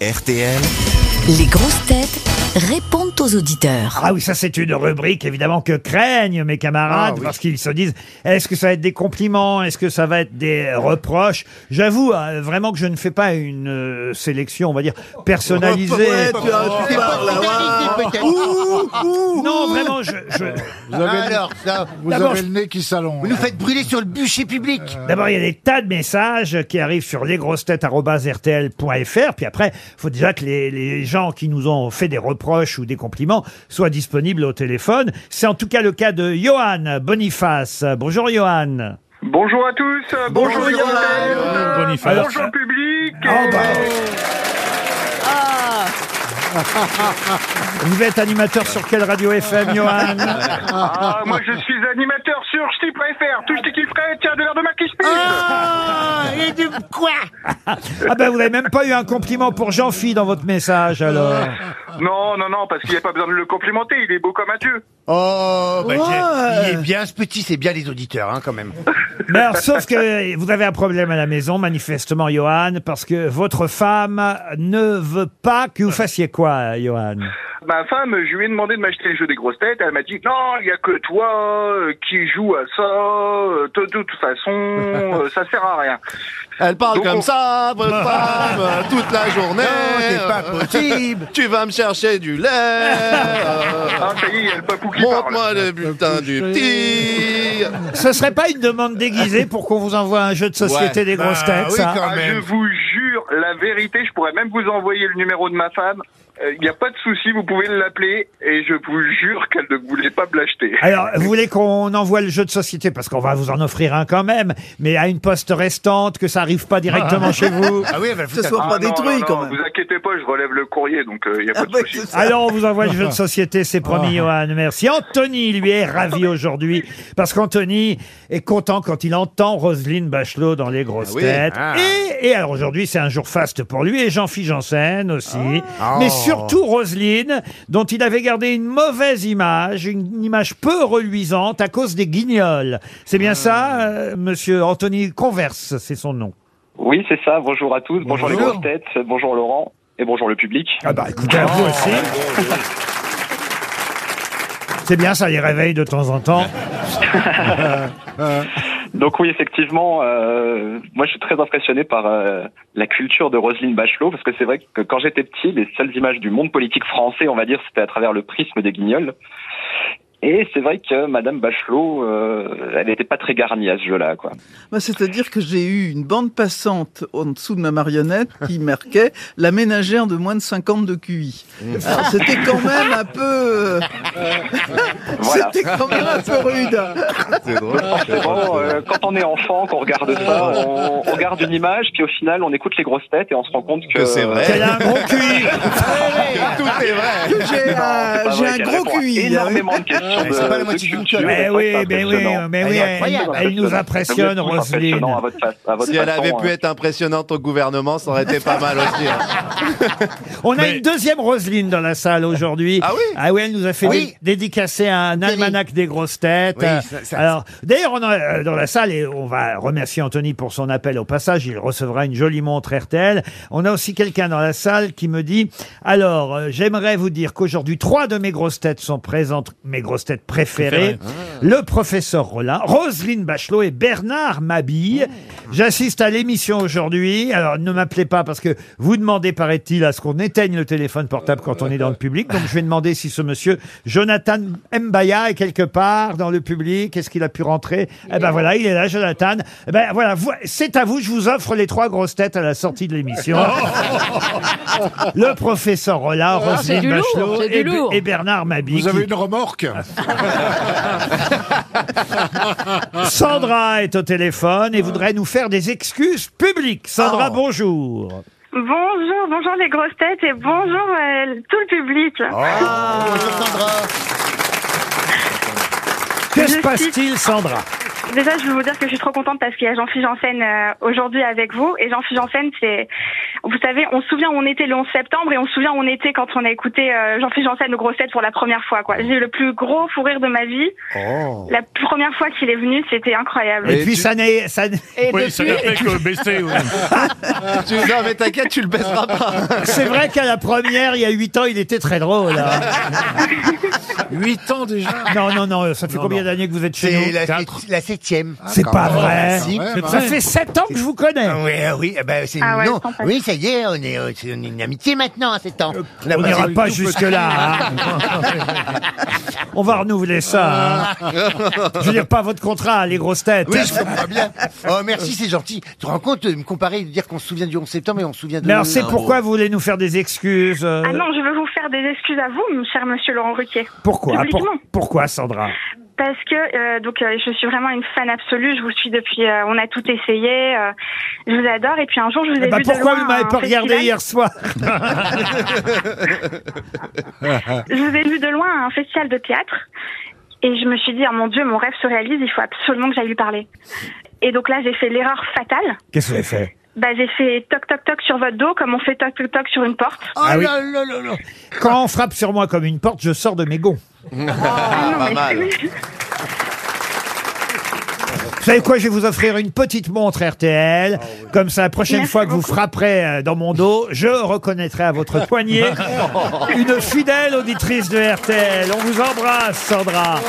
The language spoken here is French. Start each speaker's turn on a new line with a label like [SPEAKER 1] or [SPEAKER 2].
[SPEAKER 1] RTL.
[SPEAKER 2] Les grosses têtes répondent aux auditeurs.
[SPEAKER 3] Ah oui, ça c'est une rubrique évidemment que craignent mes camarades
[SPEAKER 4] Ah oui.
[SPEAKER 3] parce qu'ils se disent est-ce que ça va être des compliments, est-ce que ça va être des reproches. J'avoue hein, vraiment que je ne fais pas une euh, sélection, on va dire personnalisée. Non, vraiment, je, je-
[SPEAKER 4] Vous avez,
[SPEAKER 5] Ah, Alors, ça,
[SPEAKER 4] vous
[SPEAKER 3] d'abord,
[SPEAKER 4] avez
[SPEAKER 3] je-
[SPEAKER 4] le nez qui s'allonge.
[SPEAKER 5] vous nous faites brûler sur le bûcher public.
[SPEAKER 3] D'abord, il y a des tas de messages qui arrivent sur lesgrossetêtes.rtl.fr. Puis après, faut déjà que les, les gens qui nous ont fait des reproches ou des compliments soient disponibles au téléphone. C'est en tout cas le cas de Johan Boniface. Bonjour Johan.
[SPEAKER 6] Bonjour à tous, euh, bonjour,
[SPEAKER 5] Bonjour,
[SPEAKER 6] Yann,
[SPEAKER 5] Yann.
[SPEAKER 6] euh,
[SPEAKER 7] Boniface.
[SPEAKER 6] bonjour public.
[SPEAKER 3] Ah,
[SPEAKER 6] euh,
[SPEAKER 3] bah. Vous êtes animateur sur quelle radio FM, Johan
[SPEAKER 6] ah, moi je suis animateur sur ch'ti.fr, tout ch'ti kifferait, tiens de l'air de Marc qui se pisse.
[SPEAKER 5] Ah. et de quoi
[SPEAKER 3] Ah ben, vous n'avez même pas eu un compliment pour Jean-Phi dans votre message, alors.
[SPEAKER 6] Non, non, non, parce qu'il n'y a pas besoin de le complimenter, il est beau comme un dieu.
[SPEAKER 5] Oh, bah, j'ai- il est bien ce petit, c'est bien les auditeurs, hein, quand même.
[SPEAKER 3] Mais alors, sauf que vous avez un problème à la maison, manifestement, Johan, parce que votre femme ne veut pas que vous fassiez quoi, Johan
[SPEAKER 6] Ma femme, je lui ai demandé de m'acheter le jeu des grosses têtes, elle m'a dit non, il n'y a que toi euh, qui joue à ça, euh, de toute façon, euh, ça sert à rien.
[SPEAKER 4] Elle parle
[SPEAKER 6] Donc,
[SPEAKER 4] comme
[SPEAKER 6] on-
[SPEAKER 4] ça, votre femme, euh, toute la journée.
[SPEAKER 5] c'est pas
[SPEAKER 4] Euh,
[SPEAKER 5] possible.
[SPEAKER 4] Tu vas me chercher du lait. euh,
[SPEAKER 6] Ah, ça y est, il y a le papou qui parle.
[SPEAKER 4] Montre-moi le bulletin du petit.
[SPEAKER 3] Ce serait pas une demande déguisée pour qu'on vous envoie un jeu de société
[SPEAKER 5] Ouais.
[SPEAKER 3] des grosses
[SPEAKER 5] Bah
[SPEAKER 3] têtes,
[SPEAKER 5] oui,
[SPEAKER 3] ça
[SPEAKER 5] quand
[SPEAKER 6] Ah, je vous jure, la vérité, je pourrais même vous envoyer le numéro de ma femme. Il n'y a pas de souci, vous pouvez l'appeler et je vous jure qu'elle ne voulait pas me l'acheter.
[SPEAKER 3] Alors, vous voulez qu'on envoie le jeu de société parce qu'on va vous en offrir un quand même, mais à une poste restante, que ça arrive pas directement chez vous.
[SPEAKER 5] Ah oui, elle va le foutre à-
[SPEAKER 6] Ah, non, non, non, Vous inquiétez pas, je relève le courrier, donc il n'y a pas de souci.
[SPEAKER 3] Alors, on vous envoie le jeu de société, c'est promis, Johan. Merci. Anthony, lui, est ravi aujourd'hui. Parce qu'Anthony est content quand il entend Roselyne Bachelot dans Les Grosses
[SPEAKER 4] Ah oui,
[SPEAKER 3] Têtes.
[SPEAKER 5] ah.
[SPEAKER 3] Et, et alors, aujourd'hui, c'est un jour faste pour lui et Jean-Philippe Janssen aussi. Mais
[SPEAKER 5] Oh.
[SPEAKER 3] surtout Roselyne, dont il avait gardé une mauvaise image, une image peu reluisante à cause des guignols. C'est bien ça, euh, monsieur Anthony Converse, c'est son nom.
[SPEAKER 8] Oui, c'est ça. Bonjour à tous. Bonjour, les
[SPEAKER 4] Bonjour.
[SPEAKER 8] grosses têtes. Bonjour Laurent. Et bonjour le public.
[SPEAKER 3] Ah bah écoutez, à vous aussi. C'est bien ça, les réveille de temps en temps.
[SPEAKER 8] Donc oui, effectivement, euh, moi je suis très impressionné par euh, la culture de Roselyne Bachelot parce que c'est vrai que quand j'étais petit, les seules images du monde politique français, on va dire, c'était à travers le prisme des Guignols. Et c'est vrai que Madame Bachelot, euh, elle n'était pas très garnie à ce jeu-là, quoi.
[SPEAKER 9] Bah, C'est-à-dire que j'ai eu une bande passante en dessous de ma marionnette qui marquait la ménagère de moins de 50 de QI.
[SPEAKER 4] Mmh.
[SPEAKER 9] Alors, C'était quand même un peu, euh,
[SPEAKER 8] Voilà.
[SPEAKER 9] c'était quand même un peu rude.
[SPEAKER 4] C'est drôle.
[SPEAKER 8] Bon, euh, quand on est enfant, qu'on regarde ça, on, on regarde une image, puis au final, on écoute les grosses têtes et on se rend compte que
[SPEAKER 4] Que c'est vrai.
[SPEAKER 3] Qu'elle a un gros cul.
[SPEAKER 4] Tout est vrai.
[SPEAKER 9] Que J'ai un,
[SPEAKER 8] Non, c'est pas
[SPEAKER 9] j'ai
[SPEAKER 8] vrai
[SPEAKER 9] un
[SPEAKER 8] qu'elle
[SPEAKER 9] gros
[SPEAKER 8] répond à
[SPEAKER 9] QI.
[SPEAKER 8] Énormément de questions.
[SPEAKER 4] c'est
[SPEAKER 8] de-
[SPEAKER 4] pas la
[SPEAKER 8] de
[SPEAKER 4] moitié d'une
[SPEAKER 8] culture,
[SPEAKER 3] Mais
[SPEAKER 8] et ça,
[SPEAKER 3] oui,
[SPEAKER 8] c'est
[SPEAKER 3] mais oui,
[SPEAKER 8] impressionnant.
[SPEAKER 3] mais
[SPEAKER 5] Elle
[SPEAKER 3] oui,
[SPEAKER 5] est
[SPEAKER 3] elle,
[SPEAKER 5] incroyable.
[SPEAKER 3] elle nous impressionne,
[SPEAKER 8] Vous êtes tous
[SPEAKER 3] Roselyne.
[SPEAKER 8] impressionnants à votre face- à votre
[SPEAKER 4] Si elle
[SPEAKER 8] façon,
[SPEAKER 4] avait pu
[SPEAKER 8] hein.
[SPEAKER 4] être impressionnante au gouvernement, ça aurait été pas mal aussi. hein.
[SPEAKER 3] On a une deuxième Roselyne dans la salle aujourd'hui.
[SPEAKER 4] Ah oui
[SPEAKER 3] Ah oui, elle nous a fait
[SPEAKER 5] Oui.
[SPEAKER 3] dé- dédicacer un almanach des grosses têtes.
[SPEAKER 5] Oui,
[SPEAKER 3] Euh,
[SPEAKER 5] ça- ça-
[SPEAKER 3] Alors, d'ailleurs, on a euh, dans la salle, et on va remercier Anthony pour son appel au passage, il recevra une jolie montre RTL. On a aussi quelqu'un dans la salle qui me dit, alors, euh, j'aimerais vous dire qu'aujourd'hui, trois de mes grosses têtes sont présentes, mes grosses têtes préférées.
[SPEAKER 7] Préférées.
[SPEAKER 3] Le professeur Rollin, Roselyne Bachelot et Bernard Mabille. J'assiste à l'émission aujourd'hui. Alors, ne m'appelez pas parce que vous demandez, paraît-il, à ce qu'on éteigne le téléphone portable quand on est dans le public. Donc, je vais demander si ce monsieur Jonathan Mbaya est quelque part dans le public. Est-ce qu'il a pu rentrer Eh ben voilà, il est là, Jonathan. Eh ben voilà, vous- c'est à vous. Je vous offre les trois grosses têtes à la sortie de l'émission. le professeur Rollin, Roselyne
[SPEAKER 10] du lourd,
[SPEAKER 3] Bachelot
[SPEAKER 10] Oh, c'est du
[SPEAKER 3] et,
[SPEAKER 10] lourd.
[SPEAKER 3] et Bernard Mabille.
[SPEAKER 4] Vous
[SPEAKER 3] qui-
[SPEAKER 4] avez une remorque
[SPEAKER 3] Sandra est au téléphone
[SPEAKER 10] Ah.
[SPEAKER 3] et voudrait nous faire des excuses publiques. Sandra,
[SPEAKER 4] Oh.
[SPEAKER 3] bonjour.
[SPEAKER 10] Bonjour, bonjour les grosses têtes et bonjour euh, tout le public.
[SPEAKER 4] Bonjour Sandra.
[SPEAKER 3] Que se
[SPEAKER 10] suis-
[SPEAKER 3] passe-t-il, Sandra
[SPEAKER 10] Déjà, je veux vous dire que je suis trop contente parce qu'il y a Jean-Philippe Janssen euh, aujourd'hui avec vous. Et Jean-Philippe Janssen, c'est Vous savez, on se souvient où on était le 11 septembre et on se souvient où on était quand on a écouté euh, Jean-Philippe Janssen aux grosses têtes pour la première fois. quoi. J'ai eu le plus gros fou rire de ma vie.
[SPEAKER 4] Oh.
[SPEAKER 10] La première fois qu'il est venu, c'était incroyable.
[SPEAKER 3] Et,
[SPEAKER 4] Et
[SPEAKER 3] puis
[SPEAKER 4] tu-
[SPEAKER 3] ça n'est... ça n'est-
[SPEAKER 1] Et
[SPEAKER 7] Oui, ça
[SPEAKER 1] depuis,
[SPEAKER 7] n'a fait que baisser. oui.
[SPEAKER 4] Tu- Non, mais t'inquiète, tu le baisseras pas.
[SPEAKER 3] C'est vrai qu'à la première, il y a 8 ans, il était très drôle. hein.
[SPEAKER 7] 8 ans déjà.
[SPEAKER 3] Non, non, non, ça fait
[SPEAKER 7] Non,
[SPEAKER 3] combien
[SPEAKER 7] non.
[SPEAKER 3] d'années que vous êtes chez
[SPEAKER 5] C'est
[SPEAKER 3] nous
[SPEAKER 5] la,
[SPEAKER 7] quatre.
[SPEAKER 5] sept- la septième.
[SPEAKER 3] Ah, C'est pas vrai. Ah
[SPEAKER 5] Si.
[SPEAKER 7] quand même,
[SPEAKER 3] Ça
[SPEAKER 7] hein.
[SPEAKER 3] fait 7 ans que je vous connais.
[SPEAKER 5] Ah Oui, ah oui, eh ben, c'est
[SPEAKER 10] Ah ouais,
[SPEAKER 5] non.
[SPEAKER 10] sympa.
[SPEAKER 5] Oui, ça y est, on est, euh, c'est- on est une amitié maintenant à 7 ans. Ah bah, On a
[SPEAKER 3] On
[SPEAKER 5] passé-
[SPEAKER 3] n'ira pas jusque-là. hein. On va renouveler ça. hein. Je veux dire, pas votre contrat, les grosses têtes.
[SPEAKER 5] Oui, je comprends bien. Oh, merci, c'est gentil. Tu te rends compte de me comparer, de dire qu'on se souvient du 11 septembre et on se souvient de.
[SPEAKER 3] Mais alors, c'est pourquoi vous voulez nous faire des excuses euh,
[SPEAKER 10] Ah non, je veux vous faire des excuses à vous, cher monsieur Laurent Ruquier.
[SPEAKER 3] Pourquoi Pour-
[SPEAKER 10] publiquement.
[SPEAKER 3] Pourquoi, Sandra
[SPEAKER 10] Parce que euh, donc euh, je suis vraiment une fan absolue. Je vous suis depuis. euh, on a tout essayé. euh, je vous adore. Et puis un jour, je vous ai
[SPEAKER 3] Eh ben,
[SPEAKER 10] vu de
[SPEAKER 3] Pourquoi
[SPEAKER 10] loin
[SPEAKER 3] vous ne
[SPEAKER 10] à
[SPEAKER 3] m'avez
[SPEAKER 10] un
[SPEAKER 3] pas regardé
[SPEAKER 10] festival.
[SPEAKER 3] hier soir
[SPEAKER 10] Je vous ai vu de loin à un festival de théâtre. Et je me suis dit, ah mon Dieu, mon rêve se réalise. Il faut absolument que j'aille lui parler. Et donc là, j'ai fait l'erreur fatale.
[SPEAKER 3] Qu'est-ce que vous avez fait
[SPEAKER 10] Bah, j'ai fait toc toc toc sur votre dos, comme on fait toc toc toc sur une porte.
[SPEAKER 5] Oh
[SPEAKER 3] Ah oui.
[SPEAKER 5] là là là là.
[SPEAKER 3] Quand on frappe sur moi comme une porte, je sors de mes gonds.
[SPEAKER 4] Ah, pas mal.
[SPEAKER 3] Vous savez quoi Je vais vous offrir une petite montre RTL. Comme ça, la prochaine
[SPEAKER 10] Ah Merci
[SPEAKER 3] fois que vous
[SPEAKER 10] beaucoup.
[SPEAKER 3] frapperez euh, dans mon dos, je reconnaîtrai à votre poignet une fidèle auditrice de RTL. On vous embrasse, Sandra.